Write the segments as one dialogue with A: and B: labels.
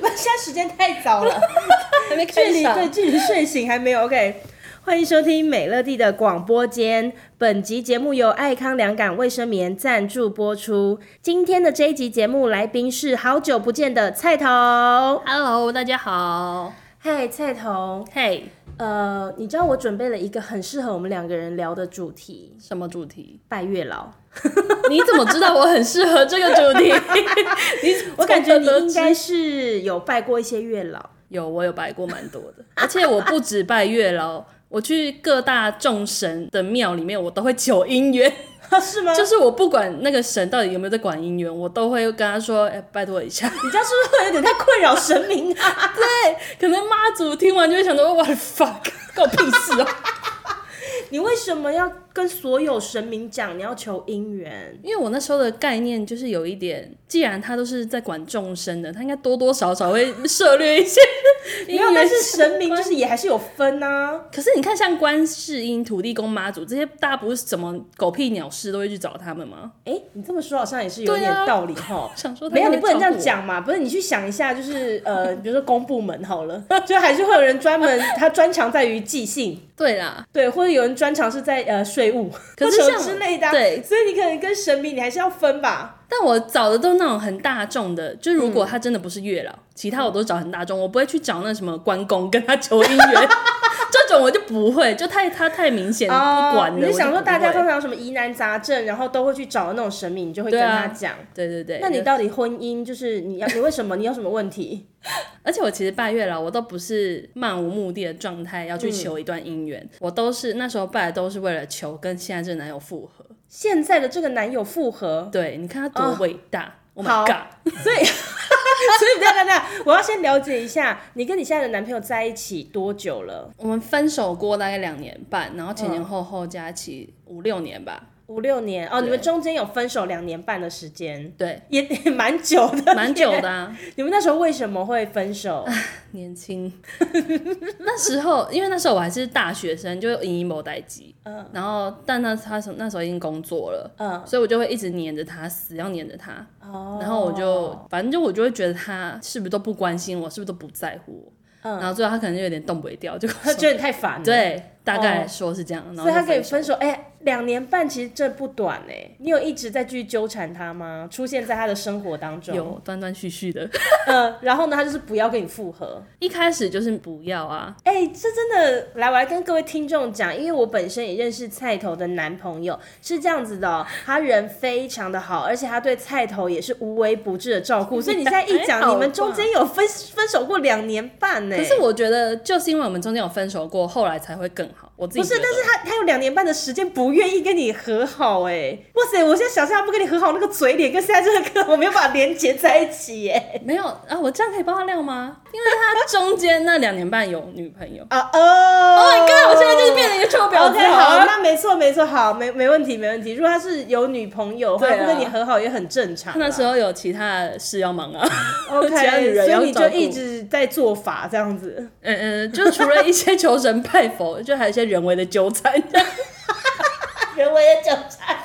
A: 那 现在时间太早了，
B: 还没
A: 距
B: 开
A: 离
B: 始。
A: 哎对距离睡醒还没有。OK，欢迎收听美乐蒂的广播间。本集节目由爱康良感卫生棉赞助播出。今天的这一集节目来宾是好久不见的菜头。
B: Hello，大家好。
A: 嗨，菜头，
B: 嘿、
A: 呃，你知道我准备了一个很适合我们两个人聊的主题
B: 什么主题？
A: ——拜月老。
B: 你怎么知道我很适合这个主 题？你
A: 我感觉你
B: 从何得
A: 应
B: 知
A: 该是有拜过一些月老。
B: 有，我有拜过蛮多的，而且我不止拜月老，我去各大众神的庙里面，我都会求 姻缘。
A: 是吗？
B: 就是我不管那个神到底有没有在管姻缘，我都会跟他说：“哎、拜托一下。
A: 你这样是不是有点太困扰神明啊？”
B: 可能妈祖听完就会想说：“我的 fuck，关我屁事哦、
A: 你为什么要跟所有神明讲你要求姻缘？
B: 因为我那时候的概念就是有一点，既然他都是在管众生的，他应该多多少少会涉略一些
A: 没
B: 姻
A: 有，
B: 缘
A: 但是神明就是也还是有分啊呐、
B: 可是你看，像观世音、土地公、妈祖这些，大家不是怎么狗屁鸟事都会去找他们吗？
A: 哎、你这么说好像也是有
B: 对
A: 点
B: 啊
A: 道理哈。
B: 想说他
A: 没有，
B: 们
A: 你不能这
B: 在照
A: 样
B: 顾我。
A: 讲嘛。不是，你去想一下，就是呃， 比如说公部门好了， 就还是会有人专门他专长在于寄信，
B: 对啦，
A: 对，或者有人专长是在呃税务，
B: 可是
A: 或什么
B: 像
A: 之类的啊、
B: 对
A: 所以你可能跟神明你还是要分吧。
B: 但我找的都那种很大众的，就如果他真的不是月老，
A: 嗯
B: 其他我都找很大众，我不会去找那什么关公跟他求姻缘， 这种我就不会，就太他太明显、不管
A: 哦
B: 了。
A: 你就
B: 我
A: 想说
B: 不
A: 大家
B: 会
A: 通常有什么疑难杂症，然后都会去找那种神明，你就会跟
B: 对啊
A: 他讲。
B: 对对对，
A: 那你到底婚姻就是你要你为什么你有什么问题？
B: 而且我其实拜月老，我都不是漫无目的的状态要去求一段姻缘，我都是那时候拜的都是为了求跟现在这个男友复合。
A: 现在的这个男友复合，
B: 对，你看他多伟大、o h
A: 好
B: my god！
A: 所以所以等一下等一下，我要先了解一下，你跟你现在的男朋友在一起多久了？
B: 我们分手过大概两年半，然后前前后后加起五六年吧。
A: 五六年哦，
B: 对
A: 你们中间有分手两年半的时间，
B: 对，
A: 也也蛮久的。
B: 蛮久的、啊，
A: 你们那时候为什么会分 手？
B: 年轻。 那时候，因为那时候我还是大学生，就以某代机，嗯，然后但他他从那时候已经工作了，
A: 嗯，
B: 所以我就会一直黏着他，死要黏着他。
A: 哦
B: 然后我就反正就我就会觉得他是不是都不关心我，是不是都不在乎我，
A: 嗯
B: 然后最后他可能就有点动不掉，就跟
A: 他
B: 我说
A: 觉得你太烦了，，
B: 对，大
A: 哦
B: 概说是这样，然后
A: 所以他
B: 就
A: 可以
B: 手
A: 分手。哎、两年半其实这不短哎、你有一直在继续纠缠他吗？出现在他的生活当中？
B: 有断断续续的，
A: 呃，然后呢，他就是不要跟你复合。
B: 一开始就是不要啊，
A: 哎、这真的，来，我来跟各位听众讲，因为我本身也认识菜头的男朋友，是这样子的、哦，他人非常的好，而且他对菜头也是无微不至的照 顾，所以你现在一
B: 还
A: 讲，
B: 好
A: 你们中间有分分手过两年 半呢。
B: 可是我觉得就是因为我们中间有分手过，后来才会更好，我自己
A: 不是，
B: 觉得
A: 但是他他有两年半的时间不愿意跟你和好，哎，哇塞，我现在想象他不跟你和好，那个嘴脸跟现在这个我没有办法连接在一起哎耶。。
B: 没有啊，我这样可以爆他料吗？因为他中间那两年半有女朋 友
A: 啊哦
B: Oh my god！我现在就是变成一个臭婊子
A: OK，好，
B: 了。
A: 那没错没错，好，没没问题没问题。如果他是有女朋友，
B: 对
A: 他
B: 啊
A: 不跟你和好也很正常啦。
B: 他那时候有其他的事要忙啊
A: OK，
B: 其他女人
A: 所
B: 要
A: 以你
B: 照
A: 就
B: 顾
A: 一直在做法这样子。
B: 嗯嗯，就除了一些求神拜佛，就还有一些人为的纠 缠。
A: 人为的纠缠，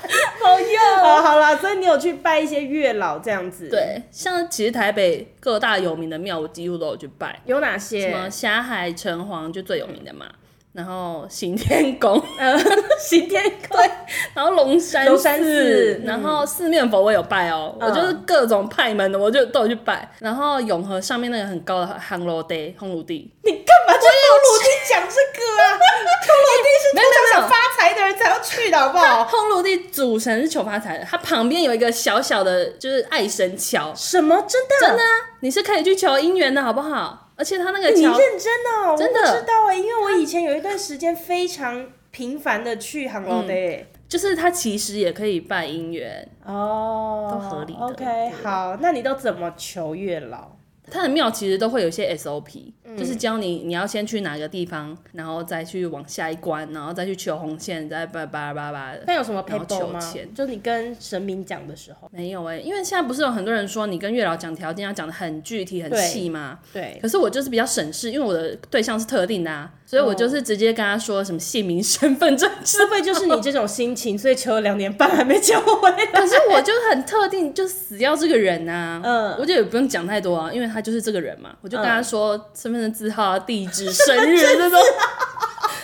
A: 好用。哦好好啦，所以你有去拜一些月老这样子。，
B: 对，像其实台北各大有名的庙，我几乎都有去拜，
A: 有哪
B: 什
A: 些
B: 么？霞海城隍就最有名的嘛，然后行天宫，
A: 呃，行天宫。
B: 然后龙山
A: 龙山寺嗯
B: 然后四面佛我有拜哦，
A: 嗯
B: 我就是各种派门的，我就都有去拜。然后永和上面那个很高的烘炉地，烘炉地，
A: 你干嘛去偷鲁地讲这个啊？偷鲁地是
B: 没有
A: 通常
B: 没有
A: 想哦发财的人才要去的，好不好？
B: 烘炉地主神是求发财的，它旁边有一个小小的，就是爱神桥，
A: 什么？真的？
B: 真的、啊，你是可以去求姻缘的好不好？而且它那个
A: 你
B: 桥，
A: 认真哦？
B: 真的
A: 我不知道哎、因为我以前有一段时间非常频繁的去杭州的、欸。
B: 就是它其实也可以拜姻缘。
A: 哦，
B: 嗯都合理的
A: OK，
B: 对
A: 好，那你都怎么求月老？
B: 它的庙其实都会有一些 SOP，、就是
A: 嗯
B: 教你你要先去哪个地方，然后再去往下一关，然后再去求红线，再叭叭叭叭的。
A: 但有什么
B: 然后
A: paper 吗
B: 求签？
A: 就你跟神明讲的时候，
B: 没有哎、因为现在不是有很多人说你跟月老讲条件要讲的很具体很
A: 对
B: 细吗？
A: 对，
B: 可是我就是比较省事，因为我的对象是特定的啊，所以我就是直接跟他说什么姓名、身 份证之
A: 会不会就是你这种心情，所以求了两年半还没求回来？
B: 可是我就很特定，就死要这个人呐、嗯，我就也不用讲太多啊，因为他就是这个人嘛。我就跟他
A: 嗯
B: 说身份证字号啊、地址、生 日这种，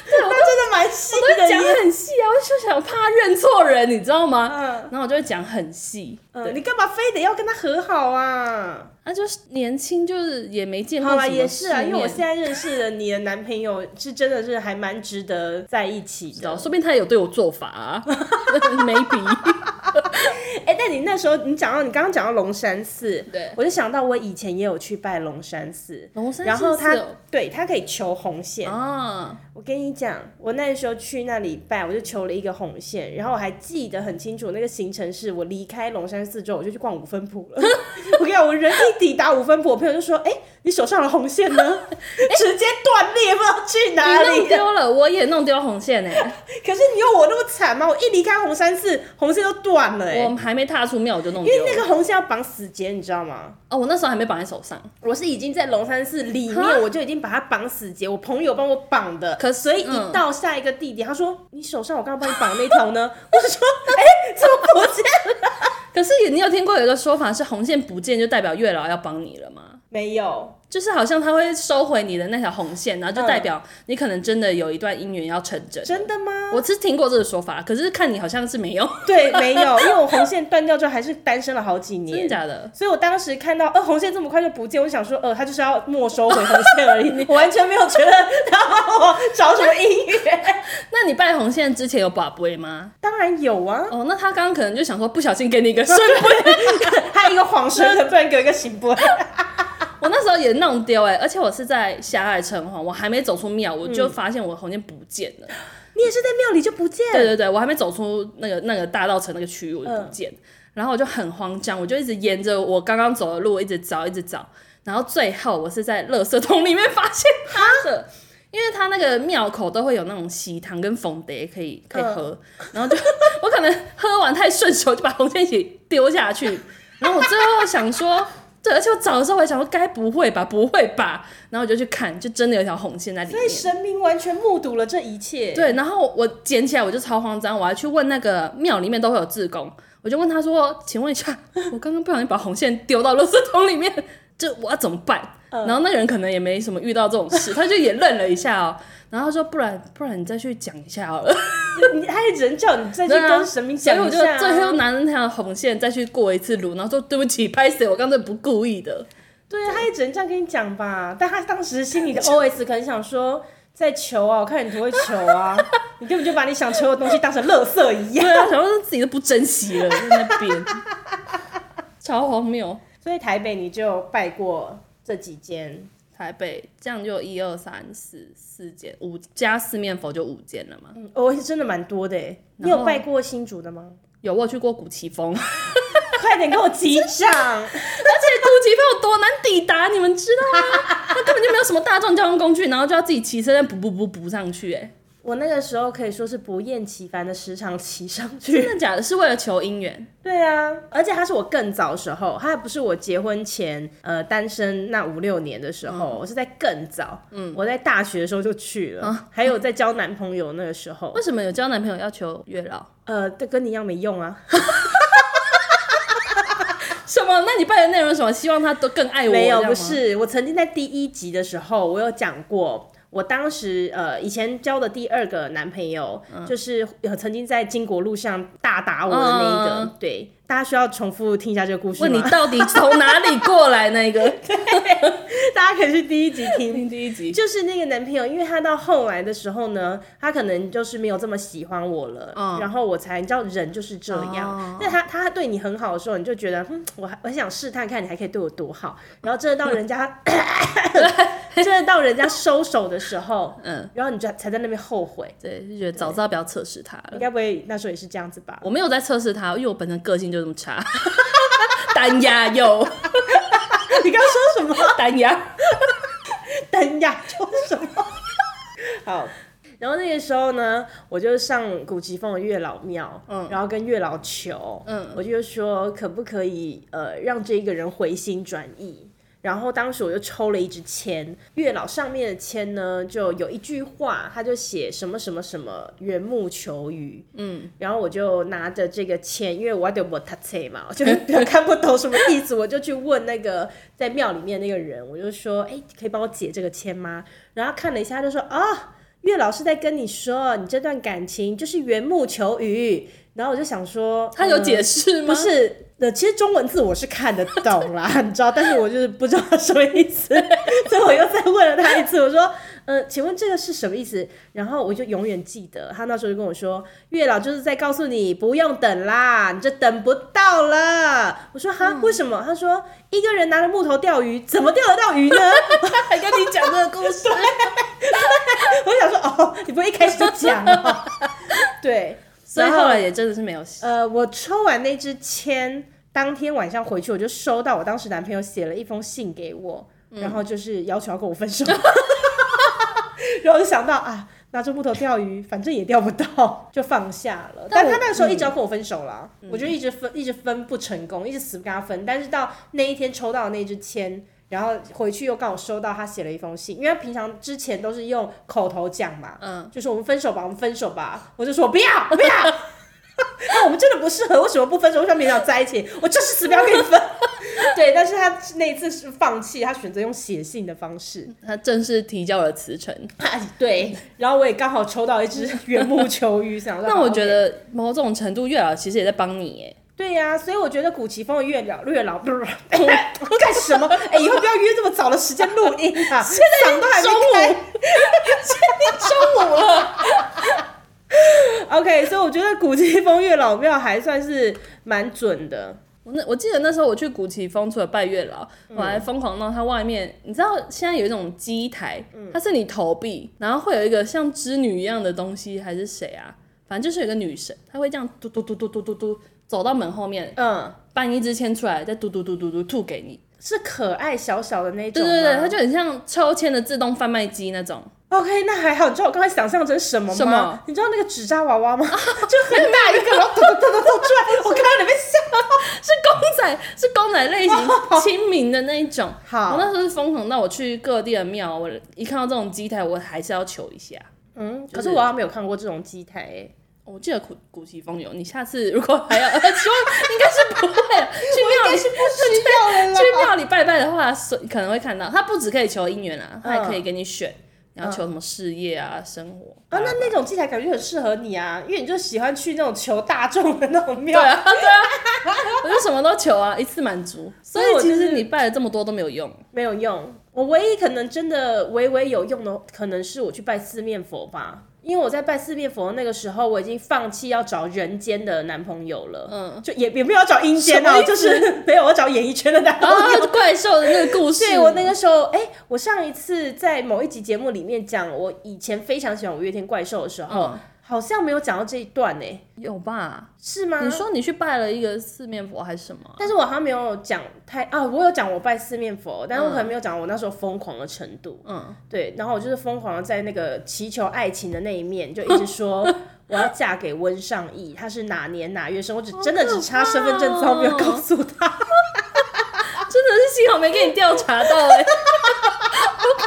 A: 对，我真的蛮细
B: 我都
A: 的
B: 讲
A: 耶。
B: 很细啊。我就想怕他认错人，你知道吗？
A: 嗯
B: 然后我就会讲很细。
A: 嗯，你干嘛非得要跟他和好啊？
B: 那、就是年轻，就是也没见过
A: 好
B: 什
A: 啦，
B: 么
A: 也是啊，
B: 世
A: 因为我
B: 面
A: 现在认识的你的男朋友是真的是还蛮值得在一起
B: 知道，
A: 的。
B: 说不定他有对我做法、 啊、，maybe。
A: 哎、但你那时候你讲到你刚刚讲到龙山寺，
B: 对，
A: 我就想到我以前也有去拜龙山寺，
B: 龙山
A: 然后
B: 寺
A: 他
B: 有
A: 对他可以求红线。
B: 啊，
A: 我跟你讲，我那时候去那里拜，我就求了一个红线，然后我还记得很清楚，那个行程是我离开龙山寺之后，我就去逛五分埔了。 我跟你讲，我人一抵达五分埔，我朋友就说：“哎、你手上的红线呢？ 直接断裂，不知道去
B: 你
A: 哪里
B: 弄。丢了，我也弄丢红线呢、”欸
A: 可是你有我那么惨吗？我一离开红山寺，红线都断了、哎，
B: 我还没踏出庙我就弄
A: 因
B: 丢
A: 为那
B: 了。
A: 个红线要绑死结，你知道吗？
B: 哦，我那时候还没绑在手上。
A: 我是已经在龙山寺里
B: 哈
A: 面，我就已经把它绑死结，我朋友帮我绑的。
B: 可是
A: 所以
B: 嗯
A: 一到下一个地点，他说：“你手上我刚刚帮你绑的那条呢？”我就说：“哎、怎么不见？
B: 可是你有听过有一个说法是红线不见就代表月老要帮你了吗？
A: 没有。
B: 就是好像他会收回你的那条红线，然后就代表
A: 嗯
B: 你可能真的有一段姻缘要成真”。
A: 真的吗？
B: 我是听过这个说法，可是看你好像是没 有，
A: 对，没有，因为我红线断掉之后还是单身了好几
B: 真的
A: 年。
B: 假的？
A: 所以我当时看到，呃，红线这么快就不见，我就想说，呃，他就是要没收回 红线而已，我完全没有觉得他帮我找什么姻缘。
B: 那你拜红线之前有把杯吗？
A: 当然有啊，
B: 哦，那他刚刚可能就想说不小心给你一个身份
A: 还有一个谎神的，不然有一个行不？
B: 我那时候也弄丢哎、而且我是在狭隘城隍，我还没走出庙，我就发现我红线不见了。
A: 你也是在庙里就不见？
B: 对对对，我还没走出那个那个大道城那个区域，我就不见。然后我就很慌张，我就一直沿着我刚刚走的路一直找，一直找。然后最后我是在垃圾桶里面发现它的，因为它那个庙口都会有那种喜糖跟粉蝶可以可以喝，然后就我可能喝完太顺手就把红线一起丢下去。然后我最后想说， 对，而且我找的时候我还想说，该不会吧，不会吧？然后我就去看，就真的有一条红线在里
A: 所以
B: 面。
A: 神明完全目睹了这一切。，
B: 对，然后我捡起来我就超慌张，我还去问那个庙里面都会有志工，我就问 他说：“请问一下，我刚刚不小心把红线丢到垃圾桶里面， 这我要怎么办？”
A: 嗯
B: 然后那个人可能也没什么遇到这种事，他就也愣了一下哦， 然后他说：“不然不然你再去讲一下好了。
A: 你他也人叫你再”去
B: 啊对啊
A: 跟神明
B: 所以
A: 讲
B: 我
A: 一
B: 就
A: 下啊、
B: 最后拿那条红线再去过一次炉，然后说：“对不起，拍谁？我刚才不故意的。
A: 对啊，他也只能这样跟你讲吧。但他当时 心里的 OS 可能想说，在求啊，我看你多会求啊， 你根本就把你想求的东西当成垃圾一”样。
B: 对啊，然后自己都不珍惜了，在那边 超荒谬。
A: 所以台北你就拜过这几间，
B: 台北，这样就一二三四四间，五加四面佛就五间了嘛。
A: 嗯，哦，是真的蛮多的诶。你
B: 然后
A: 有拜过新竹的吗？
B: 有我有去过古奇峰，而 且
A: 快点给我击掌！
B: 古奇峰有多难抵达，你们知道吗？ 它根本就没有什么大众交通工具，然后就要自己骑车再补补补补上去、哎，
A: 我那个时候可以说是不厌其烦的时常骑上去。
B: 真的假的？是为了求姻缘？
A: 对啊，而且他是我更早时候，他还不是我结婚前呃单身那五六年的时
B: 嗯
A: 候，我是在更早，嗯，我在大学的时候就去了，
B: 啊
A: 还有在交男朋友那个时 候，
B: 为什么有交男朋友要求月老？
A: 呃，这跟你一样没用啊，
B: 什么？那你拜的内容是什么？希望他都更爱我？
A: 没有，
B: 这样吗
A: 不。是，我曾经在第一集的时候，我有讲过。我当时呃，以前交的第二个男朋友，
B: 嗯
A: 就是呃曾经在金国路上大打我的那一个。
B: 嗯嗯嗯
A: 对，大家需要重复听一下这个故事
B: 问 你
A: 吗？
B: 到底从哪里过来？那个
A: 大家可以去第一集听。
B: 听第一集，
A: 就是那个男朋友，因为他到后来的时候呢，他可能就是没有这么喜欢我了，然后我才你知道人就是这样。那、他他对你很好的时候，你就觉得，嗯，我还我想试探看你还可以对我多好。然后真的到人家，真的到人家收手的时候，嗯，然后你就才在那边后悔。
B: 对，就觉得早知道不要测试他了
A: 应。该不会那时候也是这样子吧？
B: 我没有在测试他，因为我本身个性就这么差， 单压有
A: 你刚刚说什么？
B: 单压，
A: 等呀，就是什么？好。然后那个时候呢，我就上古奇峰的月老庙，然后跟月老求，我就说可不可以呃让这一个人回心转意。然后当时我就抽了一支签，月老上面的签呢，就有一句话，他就写什么什么什么缘木求鱼，嗯，然后我就拿着这个签，因为我得我他猜 嘛，我就看不懂什么意思，我就去问那个在庙里面那个人，我就说，哎，可以帮我解这个签吗？然后看了一下，他就说，啊、月老是在跟你说，你这段感情就是缘木求鱼。然后我就想说，
B: 他有
A: 嗯
B: 解释吗？
A: 不是，呃，其实中文字我是看得懂啦， 你知道，但是我就是不知道什么意思， 所以我又再问了他一次，我说，呃，请问这个是什么意思？然后我就永远记得，他那时候就跟我说，月老就是在告诉你不用等啦，你这等不到了。我说
B: 嗯
A: 哈，为什么？他说一个人拿着木头钓鱼，怎么钓得到鱼呢？
B: 还跟你讲这个故事，
A: 我想说，哦，你不会一开始就讲哦， 对，
B: 所以
A: 然
B: 后来也真的是没有戏。
A: 呃，我抽完那支签，当天晚上回去，我就收到我当时男朋友写了一封信给我，
B: 嗯
A: 然后就是要求要跟我分手， 然后就想到啊，拿着木头钓鱼，反正也钓不到，就放下了。
B: 但
A: 但
B: 我嗯
A: 他那个时候一直要跟我分手啦，我就一直分，一直分不成功，一直死不跟他分。但是到那一天抽到的那支签。然后回去又刚好收到他写了一封信，因为他平常之前都是用口头讲嘛，
B: 嗯，
A: 就是我们分手吧，我们分手吧。我就说我不要，我不要。那、我们真的不适合，为什么不分手？为什么勉强在一起？我就是死不要跟你 分。对，但是他那一次是放弃，他选择用写信的方 式。
B: 他正式提交了辞呈。
A: 哎，对。然后我也刚好抽到一只缘木求鱼，想说
B: 那
A: 好
B: 我
A: OK
B: 觉得某种程度，月老其实也在帮你耶。
A: 对呀、所以我觉得古奇峰的月老月老不是干什 么？哎、以后不要约这么早的时间录音啊！现在都还没 开，现在中午了。OK，所以我觉得古奇峰月老庙还算是蛮准的。
B: 我那我记得那时候我去古奇峰，除了拜月老，我还疯狂到它外面。你知道现在有一种机台，它是你投币，然后会有一个像织女一样的东西，还是谁啊？反正就是有一个女神，她会这样嘟嘟嘟嘟嘟嘟嘟走到门后面，
A: 嗯，
B: 搬一支签出来，再嘟嘟嘟嘟嘟吐给你。
A: 是可爱小小的那
B: 对
A: 种吗。
B: 对对，它就很像抽签的自动贩卖机那种。
A: OK，那还好。你知道我刚才想象成什么吗？
B: 什么
A: 你知道那个纸扎娃 娃吗？就很大一个，然后咚咚咚咚咚转，我看到你被吓。
B: 是公仔，是公仔 类型亲民的那一种。
A: 好
B: 我那时候是疯狂到我去各地的庙，我一看到这种机台，我还是要求一下。
A: 嗯，
B: 就是
A: 可是我好像没有看过这种机台、欸。
B: 我记得古古奇风有，你下次如果还要希望应该是不会了去庙里
A: 不需要了
B: 去庙里拜拜的话，所可能会看到，它不只可以求姻缘啊，它还
A: 嗯
B: 可以给你选，你要求什么事业啊、生活
A: 啊，那那种器材感觉很适合你啊，因为你就喜欢去那种求大众的那种
B: 对
A: 庙。
B: 啊， 对啊，我就什么都求啊，一次满足。所
A: 所以
B: 以
A: 其
B: 其
A: 实
B: 实你拜了这么多都没有 用。
A: 没有用。我唯一可能真的微微有用的，可能是我去拜四面佛吧。因为我在拜四面佛的那个时候，我已经放弃要找人间的男朋友了，嗯，就也也不要找阴间
B: 什么
A: 哦，
B: 意思哦
A: 就是 没有我找演艺圈的男朋
B: 然
A: 友。
B: 后那个怪兽的那个故事，
A: 对我那个时候，哎、我上一次在某一集节目里面讲我以前非常喜欢五月天怪兽的时候，
B: 嗯
A: 好像没有讲到这一段呢、哎
B: 有吧？
A: 是吗？
B: 你说你去拜了一个四面佛还是什么？
A: 但是我好像没有讲太啊，我有讲我拜四面佛，但是我可能没有讲我那时候疯狂的程度。
B: 嗯，
A: 对，然后我就是疯狂的在那个祈求爱情的那一面，就一直说我要嫁给温尚义，他是哪年哪月生，我只真的只差身份证照没有告诉他。
B: 真的是幸好没给你调查到 哎、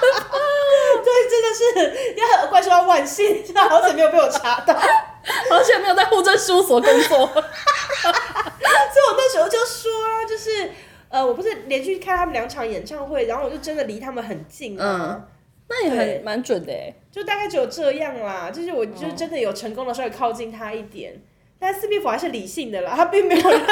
A: 对，真的是要怪说要万幸，真的好久没有被我查到， 所以
B: 而且没有在户政事务所工作。
A: 我那时候就说啊，就是。呃，我不是连续看他们两场演唱会，然后我就真的离他们很近啊，
B: 那也
A: 对
B: 很蛮准的哎、
A: 就大概只有这样啦，就是我就真的有成功的稍微靠近他一点，但四面佛还是理性的啦，他并没有 让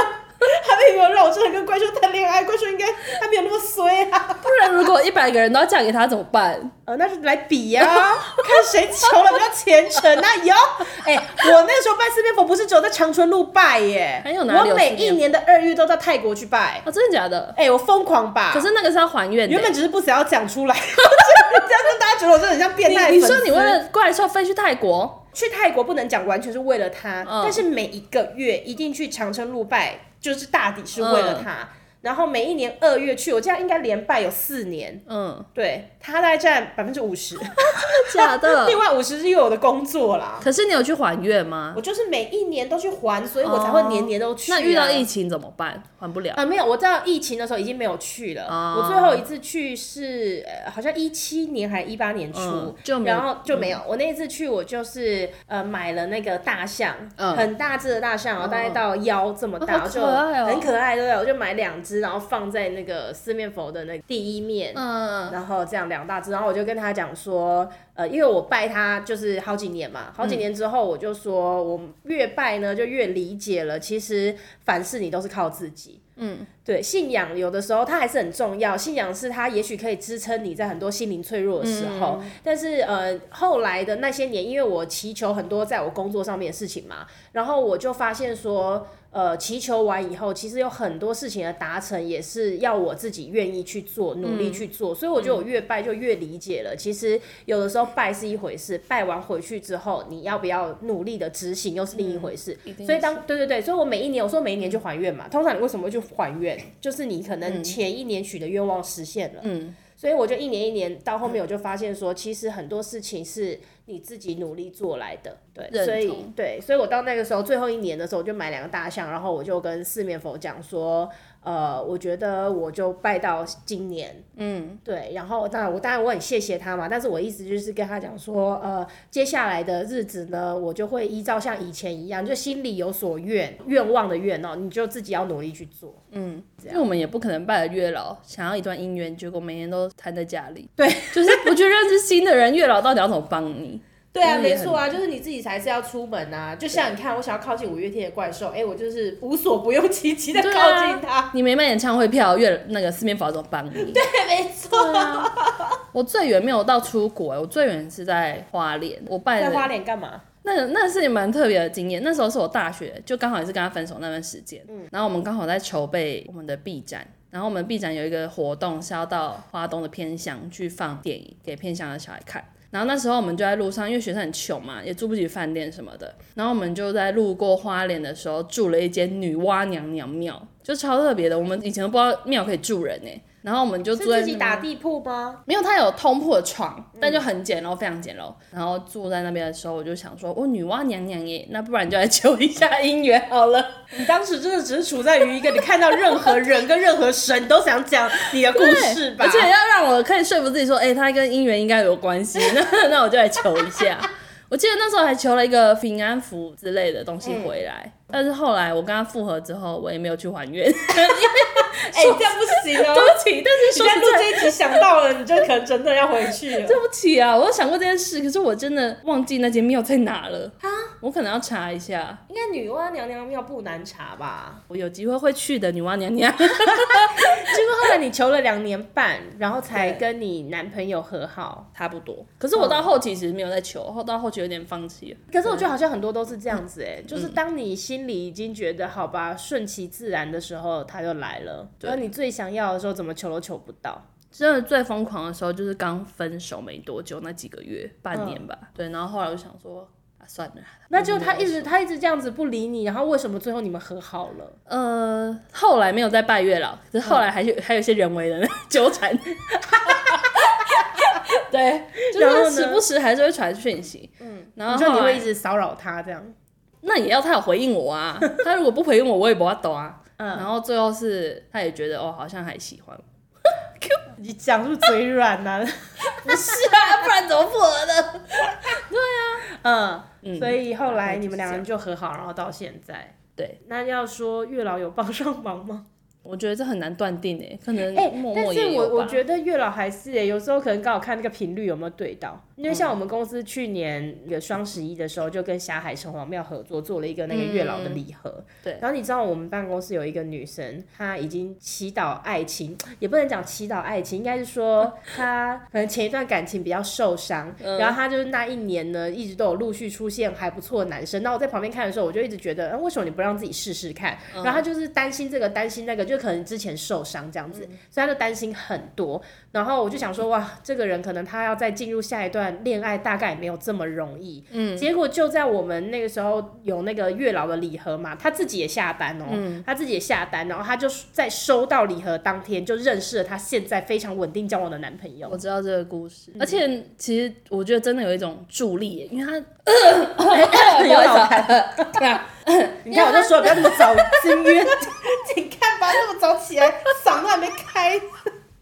A: 他并没有让我真的跟怪兽谈恋爱，怪兽应该他没有那么衰啊，
B: 不然如果一百个人都要嫁给他怎么办？
A: 呃，那就来比呀、 看谁求了比较虔诚啊，有， 哎、我那时候拜四面佛不是只有在长春路拜耶，
B: 还有哪里有
A: 我每一年的二月都到泰国去拜，
B: 哦，真的假的？
A: 哎、我疯狂吧，
B: 可是那个是要还愿的
A: 原
B: 欸、
A: 本只是不想要讲出来， 这样让大家觉得我真的很像变态
B: 你你
A: 粉
B: 说
A: 丝
B: 你为了怪兽飞去泰国，
A: 去泰国不能讲完全是为了他，
B: 嗯嗯
A: 但是每一个月一定去长春路拜，就是大抵是为了他。然后每一年二月去，我这样应该连败有四年，
B: 嗯，
A: 对，它大概占百分之五十，
B: 假的。
A: 另外五十是因为我的工作啦。
B: 可是你有去还愿吗？
A: 我就是每一年都去还，所以我才会年年都去啊、
B: 哦那遇到疫情怎么办？还不了。
A: 啊，没有，我到疫情的时候已经没有去了。
B: 哦
A: 我最后一次去是、呃、好像一七年还一八年初，
B: 嗯就没有嗯
A: 然后就没有。我那一次去，我就是呃买了那个大象，
B: 嗯
A: 很大只的大象，然后大概到腰这么大，
B: 哦
A: 然
B: 好
A: 后就
B: 可爱哦
A: 很可爱，对不对？我就买两只，然后放在那个四面佛的那个第一面。
B: 嗯，
A: 然后这样两大只，然后我就跟他讲说，呃，因为我拜他就是好几年嘛，好几年之后我就说，我越拜呢就越理解了，其实凡事你都是靠自己。嗯，对，信仰有的时候它还是很重要，信仰是它也许可以支撑你在很多心灵脆弱的时候，但是呃，后来的那些年，因为我祈求很多在我工作上面的事情嘛，然后我就发现说，呃，祈求完以后，其实有很多事情的达成也是要我自己愿意去做，努
B: 嗯
A: 力去做。所以我觉得我越拜就越理解了，其实有的时候拜是一回事，拜完回去之后，你要不要努力的执行又是另一回事。
B: 嗯一定
A: 所以当对对对，所以我每一年我说每一年去还愿嘛，通常你为什么会去还愿？就是你可
B: 嗯
A: 能前一年许的愿望实现了，嗯，所以我就一年一年到后面我就发现说，其实很多事情是你自己努力做来的，对，
B: 认
A: 所以
B: 同
A: 对，所以我到那个时候最后一年的时候，我就买两个大象，然后我就跟四面佛讲说，呃，我觉得我就拜到今年，嗯，对，然后当然我当然我很谢谢他嘛，但是我意思就是跟他讲说，呃，接下来的日子呢，我就会依照像以前一样，就心里有所愿，愿望的愿哦，你就自己要努力去做，
B: 因为我们也不可能拜了月老，想要一段姻缘，结果每天都瘫在家里。对，就是不去认识新的人，月老到底要怎么帮你？
A: 对啊，
B: 真的
A: 没
B: 也很
A: 错啊，就是你自己才是要出门啊。就像你看，我想要靠近五月天的怪兽，哎、我就是无所不用其极的靠
B: 对啊
A: 近他。
B: 你没卖演唱会票，月那个四面佛怎么帮你？对，
A: 啊没错，
B: 我最远没有到出国、我最远是在花莲，我拜
A: 在
B: 了
A: 花莲干嘛？
B: 那个那是蛮特别的经验。那时候是我大学，就刚好也是跟他分手那段时间，然后我们刚好在筹备我们的 B 展，然后我们 B 展有一个活动是要到花东的偏乡去放电影给偏乡的小孩看。然后那时候我们就在路上，因为学生很穷嘛，也住不起饭店什么的。然后我们就在路过花莲的时候，住了一间女娲娘娘庙，就超特别的。我们以前都不知道庙可以住人呢、欸然后我们就是住在
A: 自己
B: 那
A: 打地铺吗？
B: 没有，它有通铺的床，但就很简陋，非常简陋。然后住在那边的时候，我就想说，我、女娲娘娘耶，那不然就来求一下姻缘好了。
A: 你当时真的只是处在于一个你看到任何人跟任何神都想讲你的故事吧？
B: 而且要让我可以说服自己说，哎、她跟姻缘应该有关 系，那那我就来求一下。我记得那时候还求了一个平安符之类的东西回来，但是后来我跟他复合之后，我也没有去还愿， 对
A: 哎、这样不行哦、
B: 不起。但
A: 你
B: 是说
A: 在
B: 实
A: 录
B: 在，
A: 这一集想到了，你就可能真的要回去了。
B: 对不起啊，我有想过这件事，可是我真的忘记那间庙在哪了啊，我可能要查一下。
A: 应该女娲娘娘庙不难查吧？
B: 我有机会会去的，女娲娘娘。
A: 结果后来你求了两年半，然后才
B: 对
A: 跟你男朋友和好。
B: 差不多。可是我到后期其实没有在求，后到后期有点放弃了。
A: 可是我觉得好像很多都是这样子哎、就是当你心里已经觉得好吧，顺其自然的时候，它就来了。而你最想要的时候，怎么求都求不到。
B: 真的最疯狂的时候就是刚分手没多久那几个月，半年吧。对，然后后来我想说，啊，算了。
A: 那就他一直他一直这样子不理你，然后为什么最后你们和好了？
B: 呃，后来没有再拜月老，可是后来还是、还有一些人为的 纠缠。对，就
A: 然后呢
B: 是时不时还是会传讯息。嗯，然后
A: 你说你
B: 后
A: 会
B: 来
A: 一直骚扰他这样？
B: 那也要他有回应我 啊，他如果不回应我，我也不要抖啊。然后最后是他也觉得哦，好像还喜欢我。
A: 你讲是不是嘴软呐、
B: 不 是啊，不然怎么复合呢？
A: 嗯，所以后来你们两个人就和好，然后到现在。
B: 对，
A: 那要说月老有帮上忙吗？
B: 我觉得这很难断定诶，可能
A: 哎、
B: 默
A: 但
B: 默
A: 是
B: 也
A: 我
B: 有
A: 我
B: 吧。
A: 觉得月老还是、欸、有时候可能刚好看那个频率有没有对到，因
B: 嗯
A: 为像我们公司去年那个双十一的时候，就跟霞海城隍庙合作做了一个那个月老的礼盒、
B: 嗯对
A: 然后你知道我们办公室有一个女生，她已经祈祷爱情，也不能讲祈祷爱情，应该是说她可能前一段感情比较受伤，然后她就是那一年呢，一直都有陆续出现还不错的男生。那我在旁边看的时候，我就一直觉得，嗯、为什么你不让自己试试看？然后她就是担心这个担心那个，就可能之前受伤这样子，所以他就担心很多。然后我就想说，哇，这个人可能他要再进入下一段恋爱，大概也没有这么容易。嗯，结果就在我们那个时候有那个月老的礼盒嘛，他自己也下单哦、
B: 嗯
A: 他自己也下单，然后他就在收到礼盒当天就认识了他现在非常稳定交往的男朋 友
B: 我。知道这个故事，
A: 嗯
B: 而且其实我觉得真的有一种助力耶，因 为他
A: 有老开，
B: 对啊，
A: 你看我就说了不要那么早签约，你看吧，那么早起来，嗓都还没开。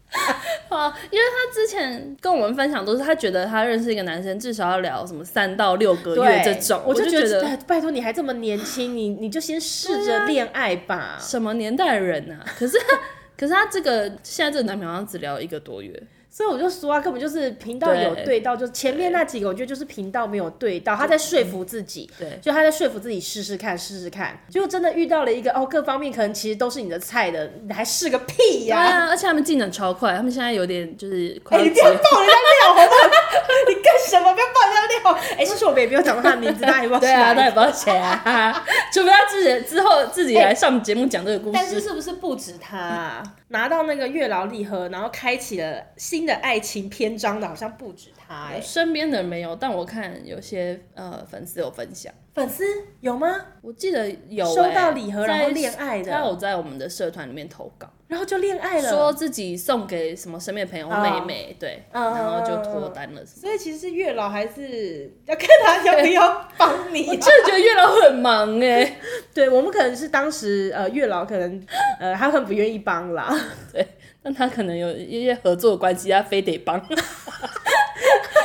A: 哦
B: 啊，因为他之前跟我们分享都是他觉得他认识一个男生至少要聊什么三到六个月这种，
A: 我
B: 就
A: 觉
B: 得啊
A: 哎拜托你还这么年轻，你你就先试着恋爱吧。
B: 什么年代的 人呐、可是他，可是他这个现在这个男朋友好像只聊一个多月，
A: 所以我就说啊，根本就是频道有
B: 对
A: 对到，就前面那几个，我觉得就是频道没有对到，他在说服自己，
B: 对，
A: 就他在说服自己试试看，试试看，结果真的遇到了一个哦，各方面可能其实都是你的菜的，你还试个屁
B: 对
A: 呀、
B: 啊，而且他们进展超快，他们现在有点就是
A: 哎、
B: 快要
A: 你不
B: 结
A: 要
B: 婚，
A: 爆人家料好不好？ 你干什么？不要爆人家料！哎、其实我们也没有讲到他的名字，大家也不知道
B: 对
A: 是哪
B: 啊，
A: 一个
B: 他也不知道 谁啊，除非他自己之后自己来上节目讲这个故
A: 但是
B: 事，
A: 是不是不止他、拿到那个月老礼盒，然后开启了新的爱情篇章的，好像不止他、
B: 我
A: 哎，
B: 身边的人没有，但我看有些呃粉丝有分享，
A: 粉丝有吗？
B: 我记得有、
A: 收
B: 欸
A: 到礼盒然后
B: 在
A: 恋爱
B: 他
A: 的，
B: 有在我们的社团里面投稿。
A: 然后就恋爱了。
B: 说自己送给什么身边的朋友
A: 哦
B: 妹妹，对，
A: 嗯
B: 然后就脱单了什么。
A: 所以其实月老还是要看他要不要帮你、
B: 真的觉得月老很忙哎、
A: 对我们可能是当时呃月老可能呃他很不愿意帮 啦，
B: 但他可能有一些合作关系，他非得帮。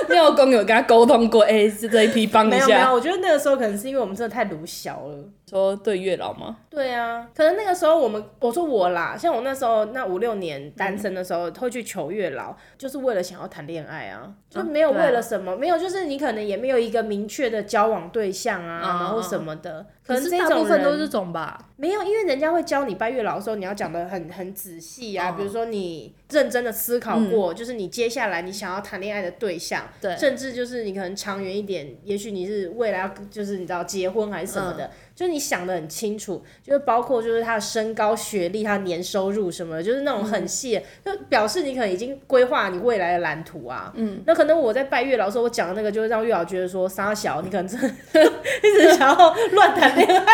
B: 妙公有跟他沟通过，哎、是这一批帮
A: 没
B: 一
A: 有没有，
B: 下。
A: 我觉得那个时候可能是因为我们真的太鲁小了。
B: 说对月老吗？
A: 对啊，可能那个时候我们，我说我啦，像我那时候那五六年单身的时候，会去求月老，就是为了想要谈恋爱啊，就没有
B: 对啊
A: 为了什么，没有就是你可能也没有一个明确的交往对象啊，
B: 啊
A: 然后什么的，
B: 可
A: 能
B: 是
A: 这
B: 大部
A: 种
B: 分都
A: 人
B: 是这种吧。
A: 没有，因为人家会教你拜月老的时候，你要讲的很很仔细啊，
B: 哦嗯
A: 比如说你认真的思考过，就是你接下来你想要谈恋爱的对象，
B: 对
A: 甚至就是你可能长远一点，也许你是未来要就是你知道结婚还是什么
B: 嗯
A: 的，就是你想的很清楚，就是包括就是他的身高、学历、他的年收入什么的，就是那种很细的，
B: 嗯
A: 就表示你可能已经规划你未来的蓝图啊。嗯，那可能我在拜月老的时候，我讲的那个就会让月老觉得说傻小，你可能真的 一直想要乱谈恋爱。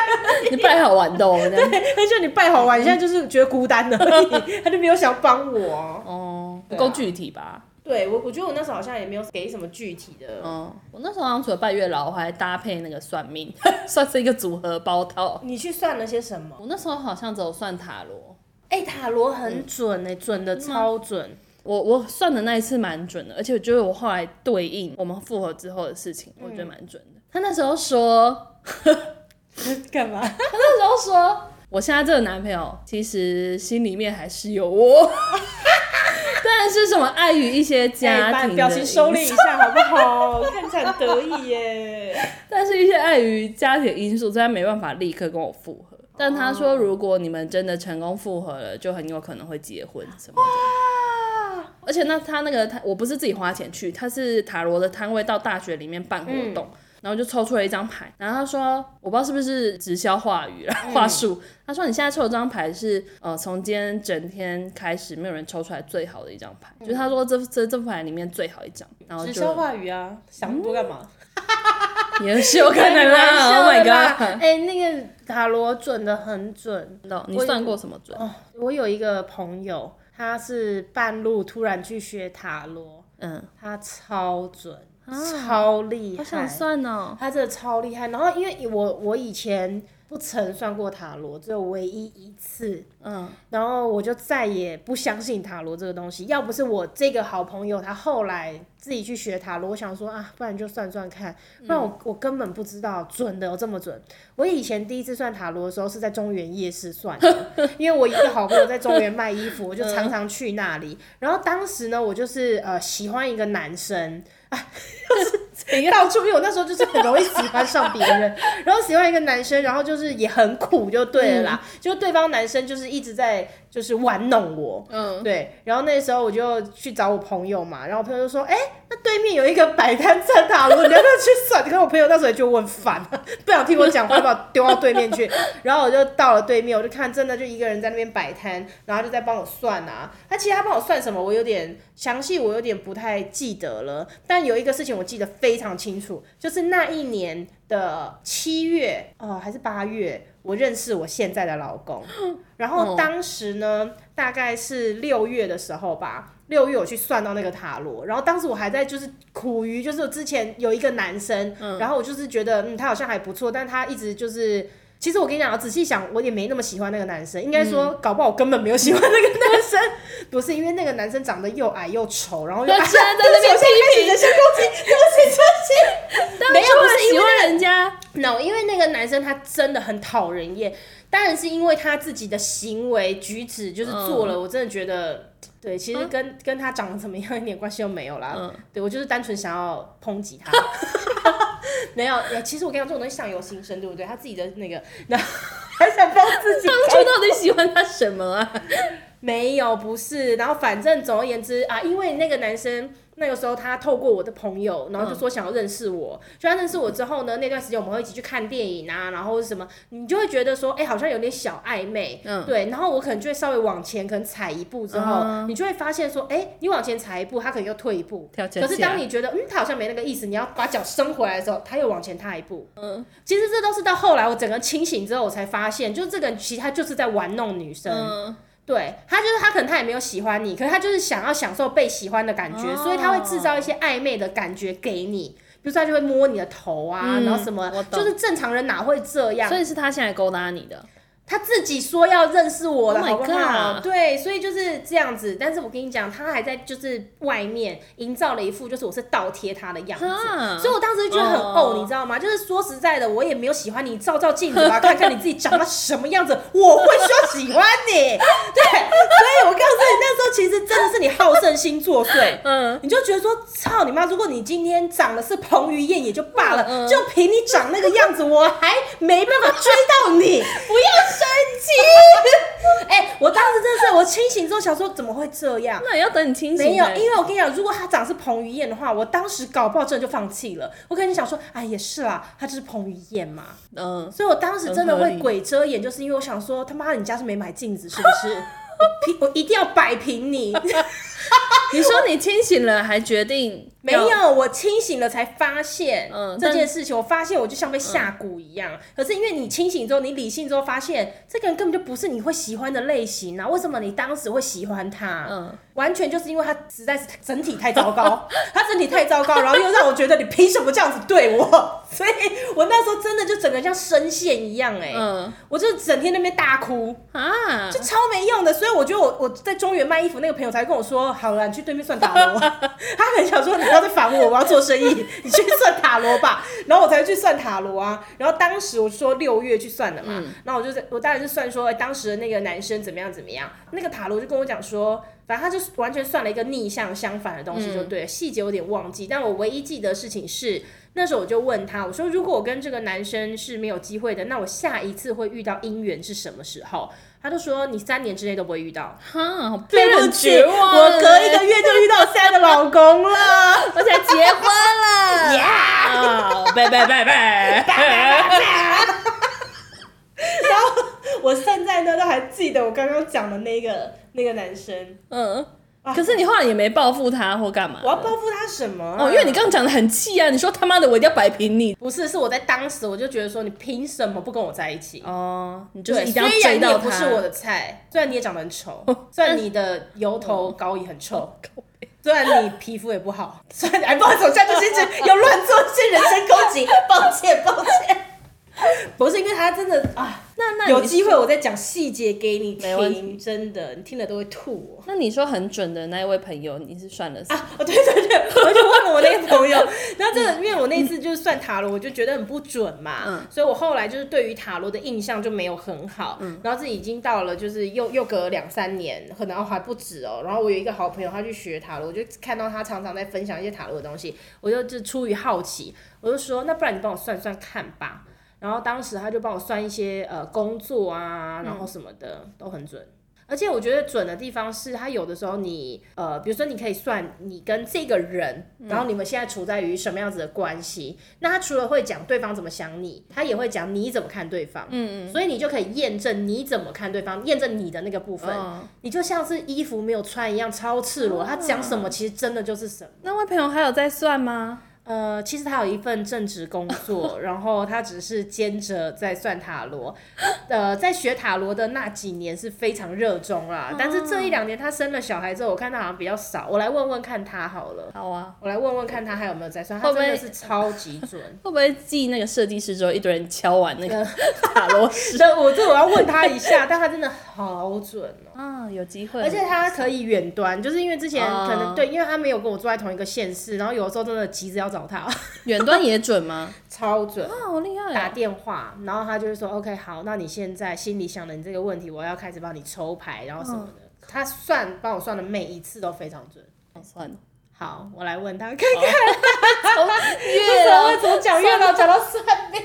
B: 你拜好玩的哦，这样
A: 他就你拜好玩，你现在就是觉得孤单而已，他 就没有想帮我啊。
B: 哦，不
A: 对啊
B: 够具体吧？
A: 对我，我觉得我那时候好像也没有给什么具体的。
B: 嗯，我那时候好像除了拜月老，我还搭配那个算命， 算是一个组合包套。
A: 你去算了些什么？
B: 我那时候好像只有算塔罗，
A: 哎、塔罗很准哎、准的超准。
B: 我我算的那一次蛮准的，而且我觉得我后来对应我们复合之后的事
A: 嗯
B: 情，我觉得蛮准的。他那时候说，
A: 干嘛？
B: 他那时候说，我现在这个男朋友其实心里面还是有我， 但是什么碍于一些
A: 哎
B: 家
A: 把
B: 庭的
A: 表情收敛
B: 因
A: 一
B: 素，
A: 下好不 好？看起来很得意耶、
B: 但是一些碍于家庭因素，所以他没办法立刻跟我复合。
A: 哦
B: 但他说，如果你们真的成功复合了，就很有可能会结婚什么的。
A: 啊，
B: 而且那他那个他我不是自己花钱去，他是塔罗的摊位到大学里面办活动，
A: 嗯
B: 然后就抽出了一张牌，然后他说我不知道是不是直销话语啦话
A: 嗯
B: 术，他说你现在抽的这张牌是呃从今天整天开始没有人抽出来最好的一张牌，
A: 嗯
B: 就是他说这这这副牌里面最好一张，然后
A: 只
B: 就
A: 消化语啊，想那么多干嘛？
B: 也是有可 能
A: 开
B: 啦，Oh
A: 玩笑的
B: my
A: 啦
B: god，
A: 哎、那个塔罗准的很准。
B: No，你算过什么准？
A: 哦，我有一个朋友，他是半路突然去学塔罗，
B: 嗯，
A: 他超准，超厉
B: 好想
A: 害，
B: 算哦，
A: 他真的超厉害。然后因为我我以前不曾算过塔罗，只有唯一一次，
B: 嗯，
A: 然后我就再也不相信塔罗这个东西。要不是我这个好朋友他后来自己去学塔罗，我想说啊，不然就算算看，不然我、我根本不知道准的有这么准。我以前第一次算塔罗的时候是在中原夜市算的， 因为我一个好朋友在中原卖衣服，我就常常去那里。然后当时呢，我就是呃喜欢一个男生。到处，因为我那时候就是很容易喜欢上别人，然后喜欢一个男生，然后就是也很苦就对了啦，就对方男生就是一直在就是玩弄我，
B: 嗯，
A: 对，然后那时候我就去找我朋友嘛，然后我朋友就说，哎、那对对面有一个摆摊在塔罗，你要不要去算？你看我朋友那时候也觉得我很烦， 不想听我讲话，把我丢到对面去。 然后我就到了对面，我就看真的就一个人在那边摆摊，然后就在帮我算啊。他其实他帮我算什么，我有点详细，我有点不太记得了。但有一个事情我记得非常清楚，就是那一年的七月哦、还是八月，我认识我现在的老公。然
B: 嗯
A: 后当时呢，大概是六月的时候吧，六月我去算到那个塔罗，然后当时我还在就是苦于就是之前有一个男生，然后我就是觉得嗯他好像还不错，但他一直就是。其实我跟你讲，仔细想，我也没那么喜欢那个男生。应该
B: 嗯
A: 说，搞不好我根本没有喜欢那个男生。不是因为那个男生长得又矮又丑，然后又
B: 那
A: 矮。
B: 现在在那 边
A: 我现在开始人身攻击，对不起，对
B: 当
A: 没有
B: 初啊
A: 不是
B: 喜欢人家，
A: 不起。No，因为那个男生他真的很讨人厌，当然是因为他自己的行为举止就是做了，我真的觉得，对，其实跟、跟他长得怎么样一点关系都没有啦。
B: 嗯
A: 对我就是单纯想要抨击他。没有，哎其实我跟你讲，这种东西相由心生，对不对？他自己的那个，然后 还想帮自己
B: 当初到底喜欢他什么啊？
A: 没有，不是。然后反正总而言之啊，因为那个男生那个时候他透过我的朋友，然后就说想要认识我。就他认识我之后呢，那段时间我们会一起去看电影啊，然后什么，你就会觉得说，哎、好像有点小暧昧。
B: 嗯
A: 对，然后我可能就会稍微往前，可能踩一步之后，你就会发现说，哎、你往前踩一步，他可能又退一步。
B: 跳起来
A: 可是当你觉得嗯，他好像没那个意思，你要把脚伸回来的时候，他又往前踏一步。
B: 嗯，
A: 其实这都是到后来我整个清醒之后，我才发现，就是这个人其实他就是在玩弄女生。
B: 嗯，
A: 对他就是他，可能他也没有喜欢你，可是他就是想要享受被喜欢的感觉，
B: 哦
A: 所以他会制造一些暧昧的感觉给你，比如说他就会摸你的头啊，
B: 嗯
A: 然后什么
B: 我，懂
A: 就是正常人哪会这样
B: 所？以是他现在勾搭你的，
A: 他自己说要认识我了
B: Oh my
A: 好不好
B: God
A: 对，所以就是这样子。但是我跟你讲，他还在就是外面营造了一副就是我是倒贴他的样子。
B: 啊
A: 所以我当时就觉得很
B: 哦
A: 怄，你知道吗？就是说实在的，我也没有喜欢你，照照镜子吧，看看你自己长到什么样子，我会说喜欢你。对，所以我告诉你，那时候其实真的是你好胜心作祟。
B: 嗯，
A: 你就觉得说，操你妈！如果你今天长得是彭于晏也就罢了，
B: 嗯嗯
A: 就凭你长那个样子，我还没办法追到你。
B: 不要生气，
A: 哎、我当时真的是，我清醒之后想说，怎么会这样？
B: 那也要等你清醒。
A: 没有，因为我跟你讲，如果他长是彭于晏的话，我当时搞不好真的就放弃了。我可能想说，哎，也是啦，他就是彭于晏嘛。
B: 嗯，
A: 所以我当时真的
B: 很合
A: 会
B: 理
A: 鬼遮眼，就是因为我想说，他妈的，你家是没买镜子是不是？ 我平我一定要摆平你。
B: 你说你清醒了还决定
A: 没有，我清醒了才发现，
B: 嗯
A: 这件事情，我发现我就像被下蛊一样。可是因为你清醒之后，你理性之后，发现这个人根本就不是你会喜欢的类型啊！为什么你当时会喜欢他？
B: 嗯
A: 完全就是因为他实在是整体太糟 糕，他整体太糟糕，然后又让我觉得你凭什么这样子对我？ 所以我那时候真的就整个像深陷一样、哎、
B: 嗯
A: 我就整天那边大 哭。
B: 啊
A: 就，超没用的，所以我觉得我我在中原卖衣服那个朋友才跟我说，好了，你去对面算塔罗。他很想说你不要再烦我，我要做生意，你去算塔罗吧。 然后我才去算塔罗啊。然后当时我说六月去算的嘛，然后我就在我当然是算说、哎当时的那个男生怎么样怎么样，那个塔罗就跟我讲说。反正他就完全算了一个逆向相反的东西，就对了，细节有点忘记。但我唯一记得的事情是，那时候我就问他，我说如果我跟这个男生是没有机会的，那我下一次会遇到姻缘是什么时候？他就说你三年之内都不会遇到。
B: 哈，被
A: 对
B: 人
A: 不起，
B: 绝望，
A: 我隔一个，月就遇到我现在的老公了。
B: 而且结婚 了，
A: Yeah！
B: 啊拜拜拜拜，
A: 我现在呢都还记得我刚刚讲的那个那个男生，
B: 嗯
A: 啊。
B: 可是你后来也没报复他或干嘛的？
A: 我要报复他什么啊、
B: 哦，因为你刚刚讲的很气啊，你说他妈的我一定要摆平你
A: 不是，是我在当时我就觉得说，你凭什么不跟我在一起？
B: 哦，你就
A: 对，
B: 是一定要
A: 虽
B: 追
A: 然你也
B: 到他。
A: 不是我的菜，虽然你也长得很丑，虽然你的油头膏也很 臭，虽然你皮肤也不好， 虽然哎，不好意思，我现在就是一直有乱做一些人身攻击， 抱歉，抱歉。 不是因为他真的啊，
B: 那那你
A: 有机会我再讲细节给你
B: 没问题
A: 听，真的，你听了都会吐哦我。
B: 那你说很准的那一位朋友，你是算了谁？
A: 啊，哦，对对对， 我就问了我那个朋友，然后这个因为我那次就是算塔罗，我就觉得很不准嘛，
B: 嗯
A: 所以我后来就是对于塔罗的印象就没有很好，
B: 嗯
A: 然后自己已经到了就是又又隔两三年，可能还不止哦。然后我有一个好朋友，他去学塔罗，我就看到他常常在分享一些塔罗的东西，我就就出于好奇，我就说那不然你帮我算算看吧。
B: 嗯
A: 然后当时他就帮我算一些呃工作啊，然后什么的、都很准。而且我觉得准的地方是，它有的时候你呃，比如说你可以算你跟这个人，然后你们现在处在于什么样子的关系。那他除了会讲对方怎么想你，他也会讲你怎么看对方。嗯嗯。所以你就可以验证你怎么看对方，验证你的那个部分。
B: 嗯
A: 你就像是衣服没有穿一样，超赤裸。他讲什么，其实真的就是什么。
B: 那位朋友还有在算吗？
A: 呃，其实他有一份正职工作， 然后他只是兼着在算塔罗。呃，在学塔罗的那几年是非常热衷啦，但是这一两年他生了小孩之后，我看他好像比较少。我来问问看他好了，
B: 好啊，
A: 我来问问看他还有没有在算。他
B: 会不
A: 真
B: 会
A: 的是超级准。
B: 会不会记那个设计师之后，一堆人敲完那 个塔罗师？
A: 这我这我要问他一下，但他真的好准哦。
B: 啊，有机会，
A: 而且他可以远端，就是因为之前可能、
B: 哦
A: 对，因为他没有跟我住在同一个县市，然后有的时候真的急着要找他，
B: 远端也准 吗？
A: 超准。
B: 啊，好厉害
A: 打
B: 啊！
A: 电话，然后他就是说，OK，好，那你现在心里想的你这个问题，我要开始帮你抽牌，然后什么
B: 嗯
A: 的。他算帮我算的每一次都非常准。
B: 好算了，
A: 好，
B: 嗯
A: 我来问他看看，为什么会从讲月老讲到算命？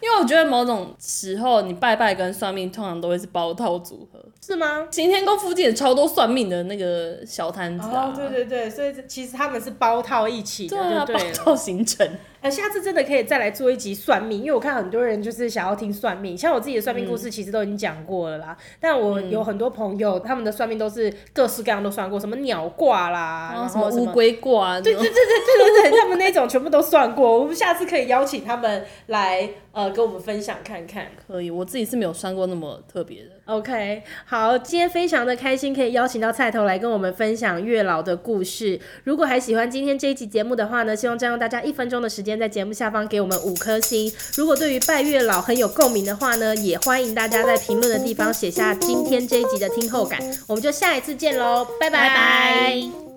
B: 因为我觉得某种时候，你拜拜跟算命通常都会是包套组合。
A: 是吗？
B: 行天宫附近也超多算命的那个小摊子啊，
A: 哦，对对对，所以这其实他们是包套一起的，
B: 对啊，
A: 就
B: 包
A: 对了。
B: 套行程。
A: 呃，下次真的可以再来做一集算命，因为我看很多人就是想要听算命，像我自己的算命故
B: 嗯
A: 事其实都已经讲过了啦。但我有很多朋友，他们的算命都是各式各样都算过，什么鸟卦啦，然
B: 啊哦然后什么
A: 后什
B: 乌
A: 么。
B: 龟卦啊，
A: 对
B: 对
A: 对对对对对对，他们那种全部都算过，我们下次可以邀请他们来呃跟我们分享看看。
B: 可以，我自己是没有算过那么特别的。
A: OK，好，今天非常的开心，可以邀请到菜头来跟我们分享月老的故事。如果还喜欢今天这一期节目的话呢，希望占用大家一分钟的时间，在节目下方给我们五颗星。如果对于拜月老很有共鸣的话呢，也欢迎大家在评论的地方写下今天这一集的听后感。我们就下一次见喽，拜拜
B: 拜拜